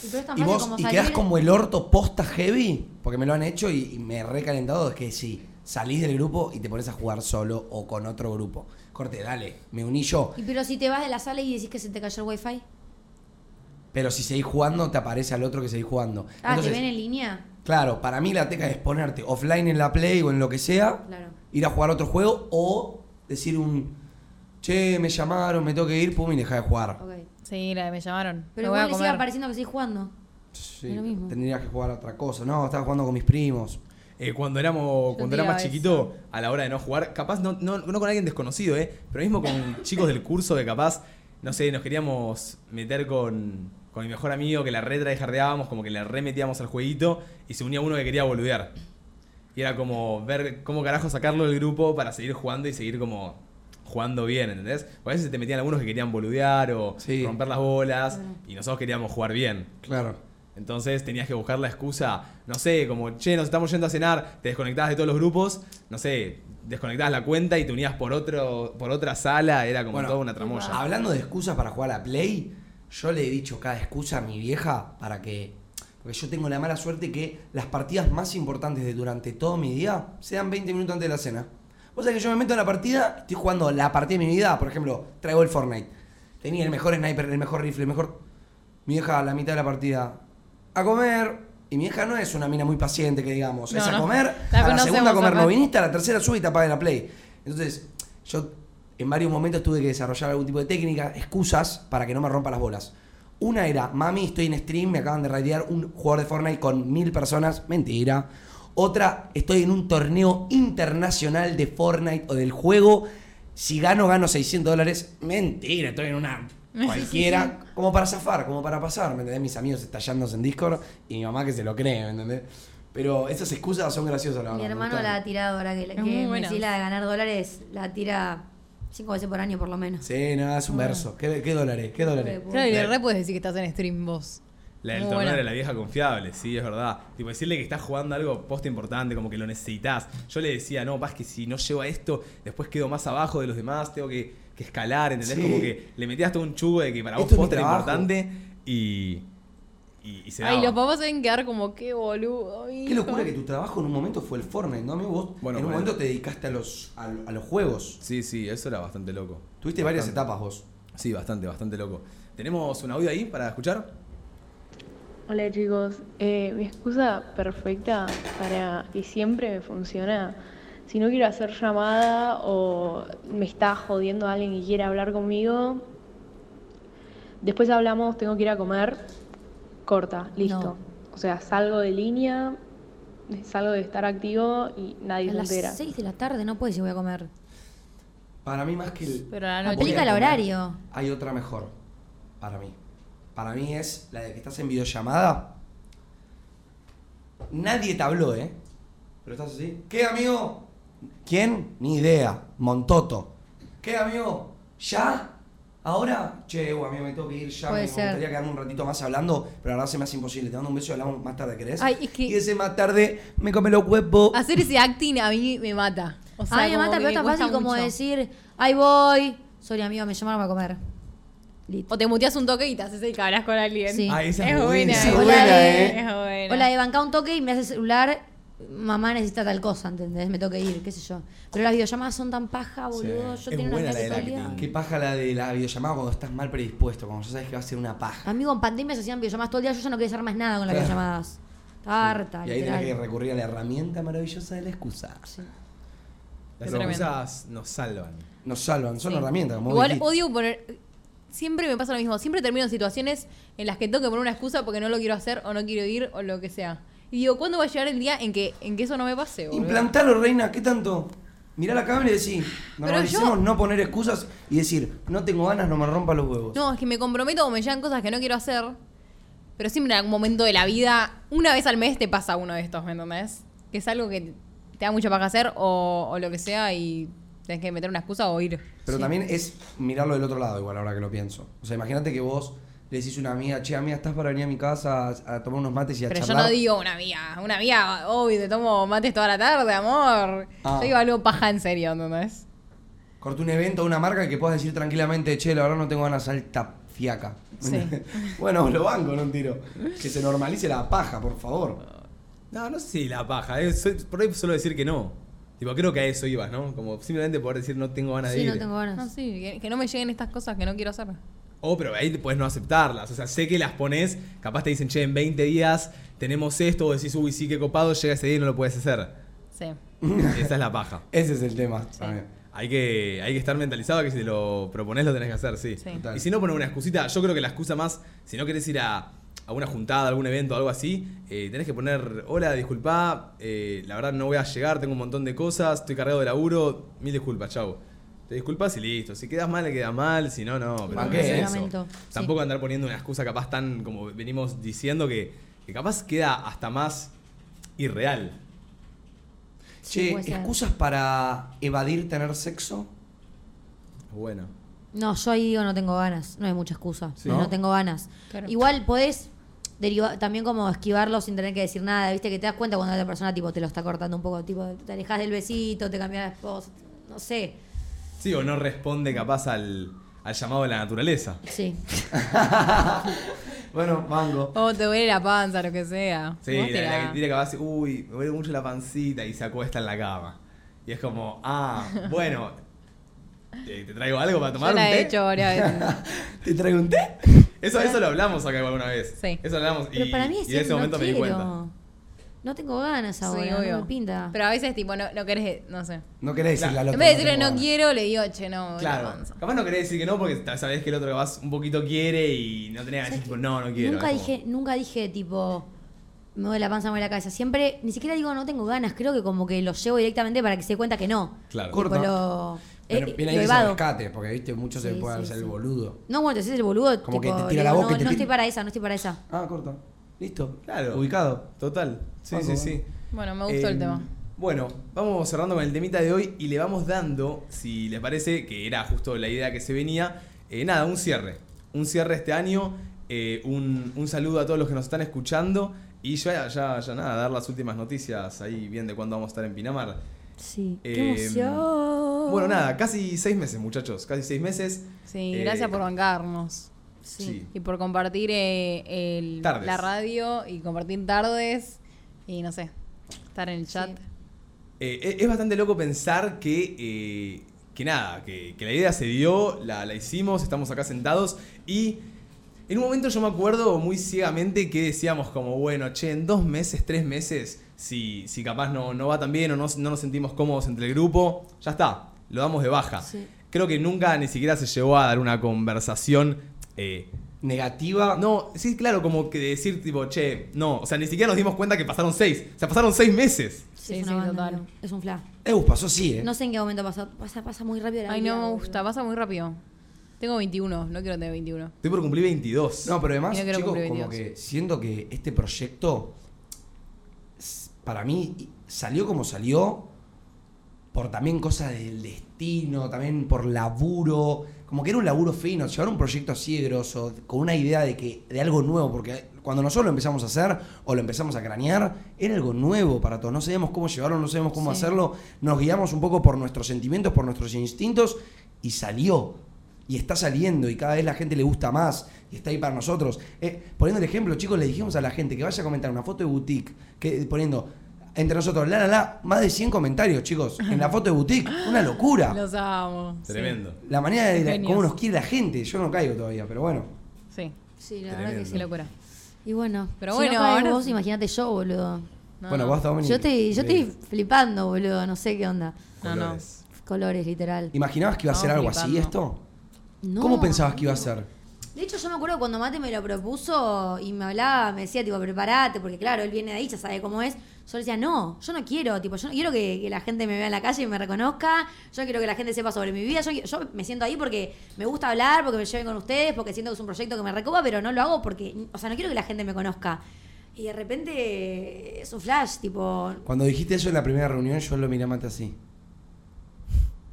S4: Pero es tan
S3: Y
S4: fácil
S3: vos
S4: como
S3: y
S4: salir-
S3: quedás como el orto posta heavy, porque me lo han hecho y, y me he recalentado, es que sí, salís del grupo y te pones a jugar solo o con otro grupo. Corte, dale, me uní yo.
S4: Y pero si te vas de la sala y decís que se te cayó el wifi. Ah,
S3: Pero si seguís jugando, te aparece al otro que seguís jugando.
S4: Ah,
S3: Entonces,
S4: ¿te ven en línea?
S3: Claro, para mí la teca es ponerte offline en la Play o en lo que sea,
S4: Claro.
S3: ir a jugar otro juego o decir un, che, me llamaron, me tengo que ir, pum, y dejar de jugar.
S4: Ok.
S2: Sí, la de me llamaron.
S4: Pero
S2: Me voy a
S4: igual les iba
S2: comer.
S4: apareciendo que seguís jugando.
S3: Sí,
S4: Es lo mismo.
S3: tendrías que jugar a otra cosa. No, estaba jugando con mis primos.
S1: Eh, cuando éramos, cuando era
S2: digo
S1: más
S2: eso.
S1: chiquito, a la hora de no jugar, capaz no, no, no con alguien desconocido, eh, pero mismo con chicos del curso que capaz, no sé, nos queríamos meter con, con mi mejor amigo que la re traijardeábamos, como que la re metíamos al jueguito y se unía uno que quería boludear. Y era como ver cómo carajo sacarlo del grupo para seguir jugando y seguir como jugando bien, ¿entendés? Porque a veces se te metían algunos que querían boludear o
S3: Sí.
S1: romper las bolas y nosotros queríamos jugar bien.
S3: Claro.
S1: Entonces tenías que buscar la excusa, no sé, como, che, nos estamos yendo a cenar, te desconectabas de todos los grupos, no sé, desconectabas la cuenta y te unías por, otro, por otra sala, era como
S3: Bueno,
S1: toda una tramoya.
S3: Hablando de excusas para jugar a Play, yo le he dicho cada excusa a mi vieja para que... Porque yo tengo la mala suerte que las partidas más importantes de durante todo mi día sean 20 minutos antes de la cena. O sea que yo me meto en la partida, estoy jugando la partida de mi vida, por ejemplo, traigo el Fortnite. Tenía el mejor sniper, el mejor rifle, el mejor... Mi vieja a la mitad de la partida, a comer... Y mi vieja no es una mina muy paciente, que digamos.
S2: No,
S3: es a
S2: no.
S3: comer,
S2: La
S3: a la
S2: conocemos,
S3: segunda a comer
S2: aparte.
S3: no viniste, a la tercera sube y te apaga la play. Entonces, yo en varios momentos tuve que desarrollar algún tipo de técnica, excusas para que no me rompa las bolas. Una era, mami, estoy en stream, me acaban de raidear un jugador de Fortnite con mil personas. Mentira. Otra, estoy en un torneo internacional de Fortnite o del juego. Si gano, gano 600 dólares. Mentira, estoy en una cualquiera. Como para zafar, como para pasar, ¿me entendés? Mis amigos estallándose en Discord y mi mamá que se lo cree, ¿me entendés? Pero esas excusas son graciosas, la
S4: Mi
S3: verdad, me
S4: hermano
S3: gustaron.
S4: la ha tirado ahora que, que
S2: muy
S4: me
S2: buena.
S4: decís la de ganar dólares, la tira cinco veces por año por lo menos.
S3: Sí, nada, es un verso. ¿Qué, qué dólares? ¿Qué dólares?
S2: Claro, y le re puedes decir que estás en stream vos.
S1: La del
S2: Muy
S1: torneo
S2: buena.
S1: era la vieja confiable, sí, es verdad. Tipo, decirle que estás jugando algo post importante, como que lo necesitas. Yo le decía, no, paz que si no llego a esto, después quedo más abajo de los demás, tengo que, que escalar, ¿entendés?
S3: Sí.
S1: Como que le metías todo un chugo de que para vos
S3: Esto es mi
S1: post era
S3: trabajo.
S1: importante y, y, y se
S2: Ay,
S1: daba.
S2: los papás deben quedar como, qué boludo.
S3: Qué
S2: hijo".
S3: locura que tu trabajo en un momento fue el Fortnite, ¿no, amigo? Vos
S1: Bueno,
S3: en un
S1: bueno.
S3: momento te dedicaste a los, a, lo- a los juegos.
S1: Sí, sí, eso era bastante loco.
S3: Tuviste varias etapas vos.
S1: Sí, bastante, bastante loco. ¿Tenemos un audio ahí para escuchar?
S7: Hola chicos, Eh, mi excusa perfecta para que siempre me funciona, si no quiero hacer llamada o me está jodiendo alguien que quiere hablar conmigo, después hablamos, tengo que ir a comer, corta, listo. O sea, salgo de línea, salgo de estar activo y nadie
S4: A
S7: se
S4: las
S7: entera.
S4: 6 de la tarde no puedes ir voy a comer.
S3: Para mí más que el...
S2: Pero a la
S3: voy a
S2: noche.
S4: Aplica el
S3: comer,
S4: horario.
S3: Hay otra mejor. Para mí. Para mí es la de que estás en videollamada. Nadie te habló, ¿eh? Pero estás así. ¿Qué, amigo? ¿Quién? Ni idea. Montoto. ¿Qué, amigo? ¿Ya? ¿Ahora? Che, uh, amigo, me tengo que ir ya.
S4: Puede
S3: me
S4: ser.
S3: gustaría quedarme un ratito más hablando, pero la verdad se me hace imposible. Te mando un beso y hablamos más tarde, ¿querés?
S2: Ay, es que-
S3: Y ese más tarde me come los huevos.
S2: Hacer ese acting a mí me mata. O sea,
S4: Ay, me
S2: como
S4: mata,
S2: que
S4: pero es tan
S2: cuesta
S4: fácil como
S2: mucho.
S4: decir, ahí voy, sorry amigo, me llamaron para comer. Listo.
S2: O te muteas un toque y te haces el que hablas con alguien.
S4: Sí.
S1: Ah, esa es
S2: es
S1: muy buena.
S2: buena.
S3: Esa es
S4: Hola,
S3: buena,
S4: eh.
S3: ¿eh?
S2: Es buena.
S4: Hola, de banca un toque y me hace celular. Mamá necesita tal cosa, ¿entendés? Me tengo que ir, qué sé yo. Pero las videollamadas son tan paja, boludo.
S1: Sí.
S4: Yo
S1: Es
S4: tengo una
S1: buena la
S4: clase
S1: del
S2: Ah.
S4: salida.
S1: acting.
S3: Qué paja la de la videollamada cuando estás mal predispuesto, cuando ya sabes que va a ser una paja.
S4: Amigo, en pandemia se hacían videollamadas todo el día. Yo ya no quería hacer más nada con las
S3: Claro.
S4: videollamadas.
S2: Ah,
S4: Estaba harta,
S3: Y ahí tenés que
S4: literal.
S3: recurrir a la herramienta maravillosa de la excusa.
S4: Sí.
S1: Las
S2: Es tremendo.
S1: excusas nos salvan.
S3: Nos salvan, son herramientas, como
S2: Igual
S3: dijiste.
S2: odio poner. Siempre me pasa lo mismo. Siempre termino en situaciones en las que tengo que poner una excusa porque no lo quiero hacer o no quiero ir o lo que sea. Y digo, ¿cuándo va a llegar el día en que, en que eso no me pase? boludo?
S3: Implantalo, reina, ¿qué tanto? Mirá la cámara y decís, normalicemos no poner excusas y decir, no tengo ganas, no me rompa los huevos.
S2: No, es que me comprometo o me llegan cosas que no quiero hacer. Pero siempre en algún momento de la vida, una vez al mes te pasa uno de estos, ¿me entendés? Que es algo que te da mucha paja hacer o, o lo que sea y tenés que meter una excusa o ir.
S3: Pero también es mirarlo del otro lado, igual, ahora que lo pienso. O sea, imagínate que vos le decís a una amiga, che, amiga, estás para venir a mi casa a, a tomar unos mates y a
S2: Pero yo
S3: charlar.
S2: no digo una vía, una vía, hoy te tomo mates toda la tarde, amor.
S3: Ah.
S2: Yo digo algo paja en serio, ¿entendés?
S3: Corté un evento, una marca que puedas decir tranquilamente, che, la verdad no tengo ganas de alta fiaca.
S2: Sí.
S3: bueno, lo banco, no un tiro. Que se normalice la paja, por favor.
S1: No, no sé si la paja. eh, soy- por ahí suelo decir que no. Tipo, creo que a eso ibas, ¿no? Como simplemente poder decir no tengo ganas de
S4: Sí,
S1: ir.
S4: no tengo ganas.
S2: No, Ah, sí, que, que no me lleguen estas cosas que no quiero hacer.
S1: Oh, pero ahí te puedes no aceptarlas. O sea, sé que las pones, capaz te dicen, che, en 20 días tenemos esto, o decís, uy, sí, qué copado, llega ese día y no lo puedes hacer.
S2: Sí.
S1: Esa es la paja.
S3: Ese es el tema también.
S1: Hay que, hay que estar mentalizado que si te lo propones lo tenés que hacer, sí.
S2: Sí.
S3: Total.
S1: Y si no, poner una excusita. Yo creo que la excusa más, si no querés ir a, a una juntada, a algún evento, algo así, eh, tenés que poner, hola, disculpa, eh, la verdad no voy a llegar, tengo un montón de cosas, estoy cargado de laburo, mil disculpas, chao. Te disculpas y listo. Si quedas mal, le quedas mal, si no, no. Pero
S3: Banqué
S1: no es eso.
S4: Lamento, sí.
S1: Tampoco andar poniendo una excusa capaz tan, como venimos diciendo, que, que capaz queda hasta más irreal.
S4: Sí,
S3: che,
S4: puede ser.
S3: excusas para evadir tener sexo.
S1: Bueno.
S4: No, yo ahí digo no tengo ganas. No hay mucha excusa.
S1: Sí.
S4: No,
S1: ¿No?
S4: tengo ganas.
S2: Claro.
S4: Igual podés derivar, también como esquivarlo sin tener que decir nada. Viste que te das cuenta cuando la otra persona tipo te lo está cortando un poco. Tipo, te alejas del besito, te cambias de esposa. No sé.
S1: Sí, o no responde capaz al, al llamado de la naturaleza.
S4: Sí.
S3: Bueno, mango.
S2: O te duele la panza, lo que sea.
S1: Sí,
S2: Vos
S1: la, la
S2: tirá.
S1: que tira capaz, uy, me duele mucho la pancita y se acuesta en la cama. Y es como, ah, bueno, ¿te, te traigo algo para tomar?
S2: Yo la
S1: un té?
S2: he hecho varias veces.
S3: ¿Te traigo un té?
S1: Eso, eso lo hablamos acá alguna vez.
S2: Sí.
S1: Eso lo hablamos.
S4: Pero
S1: y,
S4: para mí es
S1: y en ese
S4: decir,
S1: momento
S4: no
S1: me di
S4: quiero.
S1: cuenta. Ah,
S4: No tengo ganas ahora.
S2: Sí,
S4: no
S2: obvio.
S4: me pinta.
S2: Pero a veces, tipo, no, no querés, no sé.
S3: No querés decirle al
S2: en
S3: otro.
S2: vez de decirle
S3: tengo
S2: no
S3: ganas.
S2: quiero, le digo, che, no, me duele la
S1: Claro,
S2: panza.
S1: capaz no querés decir que no porque ta- sabés que el otro capaz un poquito quiere y no tenés que decir, tipo, no, no quiero.
S4: Nunca
S1: Es como-
S4: dije, nunca dije tipo me duele la panza, me duele la cabeza. Siempre, ni siquiera digo no tengo ganas. Creo que como que lo llevo directamente para que se dé cuenta que no.
S1: Claro.
S4: Tipo,
S3: Corta.
S4: lo,
S3: Pero
S4: eh,
S3: viene
S4: lo
S3: ahí ese
S4: evado.
S3: rescate, porque viste, muchos se
S4: Sí,
S3: pueden
S4: sí,
S3: hacer
S4: sí.
S3: el boludo.
S4: No, bueno, te haces el boludo.
S3: Como
S4: tipo,
S3: que te tira
S4: digo,
S3: la boca
S4: no,
S3: y te
S4: no
S3: tira-
S4: estoy para esa, no estoy para esa.
S3: Ah, corta. Listo.
S1: Claro.
S3: Ubicado.
S1: Total. Sí,
S3: Banco,
S1: sí,
S3: banco.
S1: sí.
S2: Bueno, me gustó el
S1: Em,
S2: tema.
S1: Bueno, vamos cerrando con el temita de hoy y le vamos dando, si les parece, que era justo la idea que se venía, eh, nada, un cierre. Un cierre este año, eh, un, un saludo a todos los que nos están escuchando y ya, ya, ya nada, dar las últimas noticias ahí bien de cuándo vamos a estar en Pinamar.
S4: Sí.
S1: Em,
S4: Qué
S3: Eh,
S4: emoción.
S1: Bueno, nada, casi seis meses muchachos, casi seis meses.
S2: Sí,
S1: Eh,
S2: gracias por bancarnos.
S1: Sí.
S2: Y por compartir eh, el-
S1: Tardes.
S2: la radio y compartir tardes y no sé, estar en el chat.
S4: Sí.
S1: Eh, e- es bastante loco pensar que, eh, que nada, que, que la idea se dio, la, la hicimos, estamos acá sentados y en un momento yo me acuerdo muy ciegamente que decíamos como, bueno, che, en dos meses, tres meses, si, si capaz no, no va tan bien o no, no nos sentimos cómodos entre el grupo, ya está, lo damos de baja.
S4: Sí.
S1: Creo que nunca ni siquiera se llegó a dar una conversación eh,
S3: Negativa.
S1: no, sí, claro, como que decir tipo, che, no, o sea, ni siquiera nos dimos cuenta que pasaron seis, o sea, pasaron seis meses.
S4: Sí,
S2: Sí,
S4: es, una
S2: sí,
S4: banda,
S2: total.
S4: amigo. es un fla.
S3: Eus, pasó así, ¿eh?
S4: No sé en qué momento pasó. Pasa, pasa muy rápido la
S2: Ay,
S4: vida,
S2: no me
S4: boludo.
S2: gusta, pasa muy rápido. Tengo 21, no quiero tener 21.
S1: Estoy por cumplir 22.
S3: No, pero además,
S2: Mira que lo
S3: chicos,
S2: cumplí
S3: como
S2: 22.
S3: que siento que este proyecto, s- para mí, salió como salió, por también cosas del destino, también por laburo, como que era un laburo fino, llevar un proyecto así de grosso, con una idea de que de algo nuevo, porque cuando nosotros lo empezamos a hacer o lo empezamos a cranear, era algo nuevo para todos, no sabíamos cómo llevarlo, no sabíamos cómo hacerlo, nos guiamos un poco por nuestros sentimientos, por nuestros instintos y salió. Y está saliendo y cada vez la gente le gusta más y está ahí para nosotros. Eh, poniendo el ejemplo, chicos, le dijimos a la gente que vaya a comentar una foto de boutique, que, poniendo entre nosotros, la la la, más de 100 comentarios, chicos, en la foto de boutique. Una locura.
S2: Los amo. sí.
S1: Ah. Tremendo.
S3: La manera de la-
S2: Genios.
S3: cómo nos quiere la gente. Yo no caigo todavía, pero bueno.
S2: Sí,
S4: Sí, la verdad que
S2: qué
S4: sí.
S2: locura.
S4: Y bueno,
S2: Pero
S4: si
S2: bueno,
S4: no caes
S2: ahora
S4: vos,
S2: sí.
S4: imagínate yo, boludo.
S2: No,
S3: bueno,
S2: no.
S3: vos Dominic. eh,
S4: Yo estoy, yo estoy flipando, boludo. No sé qué onda.
S2: No, no.
S1: Colores.
S4: Colores, literal.
S3: ¿Imaginabas que iba a ser
S2: Estamos
S3: algo así
S2: flipando.
S3: esto?
S4: No,
S3: ¿Cómo pensabas que iba a ser?
S4: De hecho, yo me acuerdo cuando Mate me lo propuso y me hablaba, me decía, tipo, preparate, porque claro, él viene de ahí, ya sabe cómo es. Yo le decía, no, yo no quiero, tipo, yo no quiero que, que la gente me vea en la calle y me reconozca, yo quiero que la gente sepa sobre mi vida, yo, qui- yo me siento ahí porque me gusta hablar, porque me lleven con ustedes, porque siento que es un proyecto que me recopa, pero no lo hago porque, o sea, no quiero que la gente me conozca. Y de repente es un flash, tipo,
S3: Cuando dijiste eso en la primera reunión, yo lo miré a Mate así.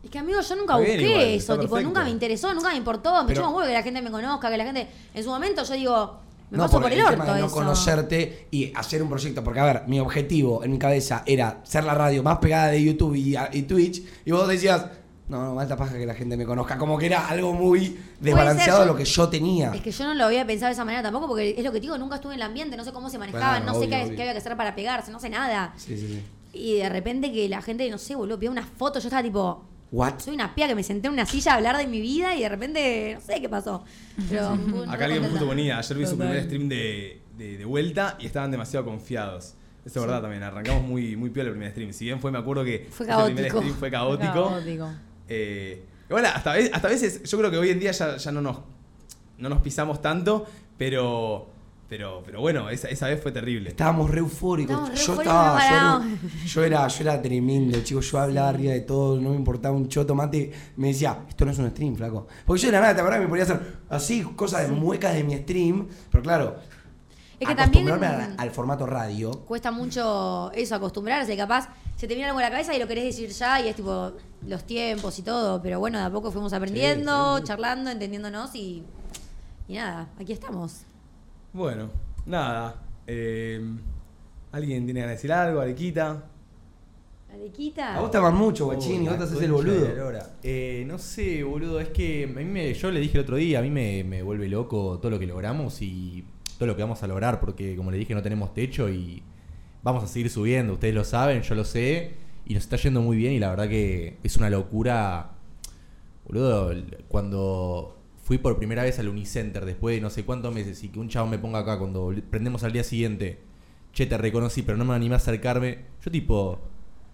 S4: es que amigo, yo nunca
S1: Está
S4: busqué
S1: bien igual, está
S4: eso, tipo,
S1: perfecto.
S4: nunca me interesó, nunca me importó, me
S1: Pero-
S4: chupa un huevo que la gente me conozca, que la gente, en su momento yo digo, me
S3: no,
S4: paso por
S3: porque
S4: el,
S3: tema
S4: orto
S3: de no
S4: eso.
S3: conocerte y hacer un proyecto. Porque, a ver, mi objetivo en mi cabeza era ser la radio más pegada de YouTube y, y Twitch. Y vos decías, no, no, malta paja que la gente me conozca. Como que era algo muy desbalanceado
S4: ser,
S3: de
S4: yo-
S3: lo que yo tenía.
S4: Es que yo no lo había pensado de esa manera tampoco, porque es lo que te digo, nunca estuve en el ambiente, no sé cómo se manejaban,
S3: Claro,
S4: no sé
S3: obvio,
S4: qué,
S3: obvio.
S4: qué había que hacer para pegarse, no sé nada.
S3: Sí, sí, sí.
S4: Y de repente que la gente, no sé, boludo, pidió una foto, yo estaba tipo,
S3: What?
S4: soy una pía que me senté en una silla a hablar de mi vida y de repente, no sé qué pasó. Pero, muy- muy
S1: Acá alguien
S4: contenta.
S1: justo ponía, ayer vi su
S2: Total.
S1: primer stream de, de, de vuelta y estaban demasiado confiados. Eso es verdad también, arrancamos muy, muy piola el primer stream. Si bien fue, me acuerdo que
S4: Fue
S1: ese primer
S4: caótico.
S1: stream fue caótico.
S2: Caótico.
S1: Eh, bueno, hasta, ve- hasta veces, yo creo que hoy en día ya, ya no, nos, no nos pisamos tanto, pero, pero, pero bueno, esa, esa vez fue terrible.
S3: Estábamos re eufóricos.
S4: Estábamos re
S3: yo
S4: eufóricos,
S3: estaba.
S4: no
S3: Yo era,
S4: parábamos.
S3: yo era, yo era tremendo, chicos. Yo hablaba arriba de todo, no me importaba un choto mate. Me decía, esto no es un stream, flaco. Porque yo de la nada, te acordás que me podía hacer así, cosas de muecas de mi stream. Pero claro,
S4: Es que también
S3: acostumbrarme a- al formato radio.
S4: cuesta mucho eso, acostumbrarse, capaz se te viene algo a la cabeza y lo querés decir ya y es tipo los tiempos y todo, pero bueno, de a poco fuimos aprendiendo, charlando, entendiéndonos y, y nada, aquí estamos.
S1: Bueno, nada. eh, ¿Alguien tiene ganas de decir algo? Arequita.
S4: Alequita.
S2: Ah.
S3: A vos te aman mucho, guachín, y vos te haces el boludo.
S5: Eh, no sé, boludo. Es que a mí me- yo le dije el otro día, a mí me, me vuelve loco todo lo que logramos y todo lo que vamos a lograr, porque como le dije, no tenemos techo y vamos a seguir subiendo. Ustedes lo saben, yo lo sé, y nos está yendo muy bien y la verdad que es una locura. Boludo, el- cuando fui por primera vez al Unicenter después de no sé cuántos meses y que un chavo me ponga acá cuando vol- prendemos al día siguiente, che, te reconocí, pero no me animé a acercarme, yo tipo,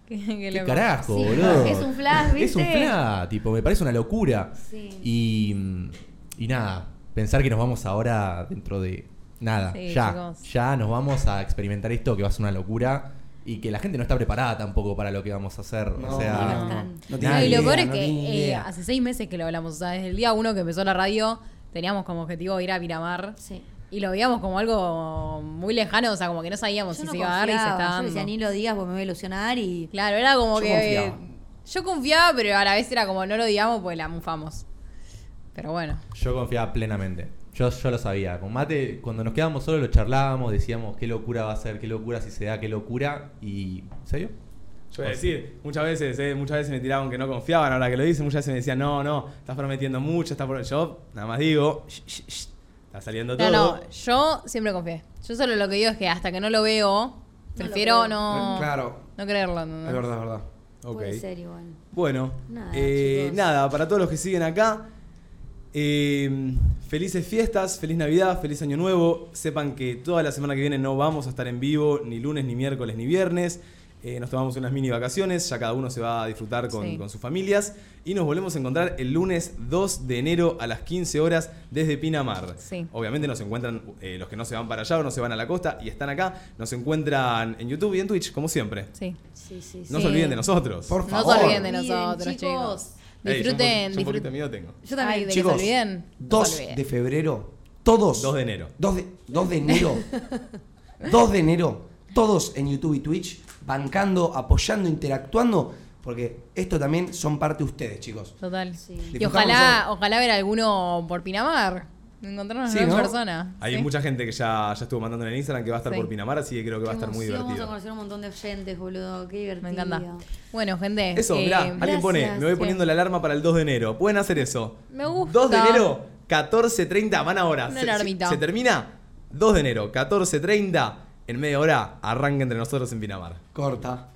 S2: Qué, qué
S5: ¿Qué
S2: loco.
S5: carajo,
S4: Sí,
S5: boludo?
S4: es un flash, ¿viste?
S5: Es un flash, tipo, me parece una locura.
S4: Sí.
S5: Y, mm, y nada, pensar que nos vamos ahora dentro de nada,
S2: Sí,
S5: ya,
S2: chicos.
S5: ya nos vamos a experimentar esto que va a ser una locura y que la gente no está preparada tampoco para lo que vamos a hacer,
S3: No,
S5: o sea,
S4: no están.
S3: Ah. No
S5: tiene
S2: No, y
S5: idea,
S2: lo peor es
S3: no
S2: que
S3: tiene
S2: eh,
S3: idea.
S2: hace seis meses que lo hablamos. O sea, desde el día uno que empezó la radio, teníamos como objetivo ir a Miramar.
S4: Sí.
S2: Y lo veíamos como algo muy lejano, o sea, como que no sabíamos
S4: Yo
S2: si
S4: no
S2: se iba a dar y se
S4: confiaba,
S2: estaba
S4: yo
S2: dando.
S4: decía, ni lo digas porque me voy a ilusionar y...
S2: Claro, era como
S3: Yo
S2: que.
S3: confiaba.
S2: Yo confiaba, pero a la vez era como no lo digamos porque la mufamos. Pero bueno.
S5: yo confiaba plenamente. Yo, yo lo sabía. Con Mate, cuando nos quedábamos solos, lo charlábamos, decíamos qué locura va a ser, qué locura si se da, qué locura. Y. ¿Se dio?
S1: Yo voy a decir, muchas veces, eh, muchas veces me tiraban que no confiaban ahora que lo hice, muchas veces me decían, no, no, estás prometiendo mucho, estás por. Yo nada más digo, "Shh, shh, shh, está saliendo
S2: No,
S1: todo.
S2: no, yo siempre confié. Yo solo lo que digo es que hasta que no lo veo, prefiero
S4: creo.
S2: no, Mm. no,
S3: Eh, Claro,
S2: creerlo. no, no.
S3: es verdad, es verdad.
S1: Ok.
S4: Puede ser igual.
S1: Bueno,
S4: Nada,
S1: eh,
S4: chicos.
S1: nada, para todos los que siguen acá, eh, felices fiestas, feliz Navidad, feliz Año Nuevo. Sepan que toda la semana que viene no vamos a estar en vivo, ni lunes, ni miércoles, ni viernes. Eh, nos tomamos unas mini vacaciones, ya cada uno se va a disfrutar con,
S2: Sí.
S1: con sus familias. Y nos volvemos a encontrar el lunes 2 de enero a las 15 horas desde Pinamar.
S2: Sí.
S1: Obviamente nos encuentran eh, los que no se van para allá o no se van a la costa y están acá. Nos encuentran en YouTube y en Twitch, como siempre.
S2: Sí.
S4: Sí, sí, sí.
S1: No
S2: Sí.
S1: se olviden de nosotros.
S3: Por
S2: No se
S3: favor.
S2: olviden de
S4: Olviden,
S2: nosotros, chicos.
S4: chicos.
S1: Ey, yo un po- yo
S2: Disfruten,
S1: un poquito de
S2: disfruten.
S1: miedo tengo.
S2: Yo también, de
S3: Chicos,
S2: que se olviden. no se
S3: 2
S2: olviden.
S3: de febrero, todos.
S1: 2 de enero.
S3: 2 de, 2 de enero. 2 de enero. Todos en YouTube y Twitch, bancando, apoyando, interactuando, porque esto también son parte de ustedes, chicos.
S2: Total.
S4: Sí.
S2: Y
S3: Disfrutamos
S2: ojalá, ojalá ver alguno por Pinamar. Encontrarnos
S3: Sí,
S2: en
S3: ¿no?
S2: persona.
S1: Hay
S2: Ah, Sí.
S1: mucha gente que ya, ya estuvo mandando en el Instagram que va a estar
S2: Sí.
S1: por Pinamar, así que creo que va a estar muy
S4: Qué emoción, Vamos a
S1: divertido.
S4: conocer un montón de oyentes, boludo. Qué divertido.
S2: Me encanta. Bueno, gente.
S1: Eso,
S2: eh,
S1: mirá, alguien pone,
S4: gracias,
S1: me voy
S4: sí.
S1: poniendo la alarma para el 2 de enero. Pueden hacer eso.
S2: Me gusta.
S1: 2 de enero, 14.30, van ahora.
S2: Una
S1: Se- se,
S2: alarmita.
S1: se termina 2 de enero, 14.30, en media hora, arranca entre nosotros en Pinamar.
S3: Corta.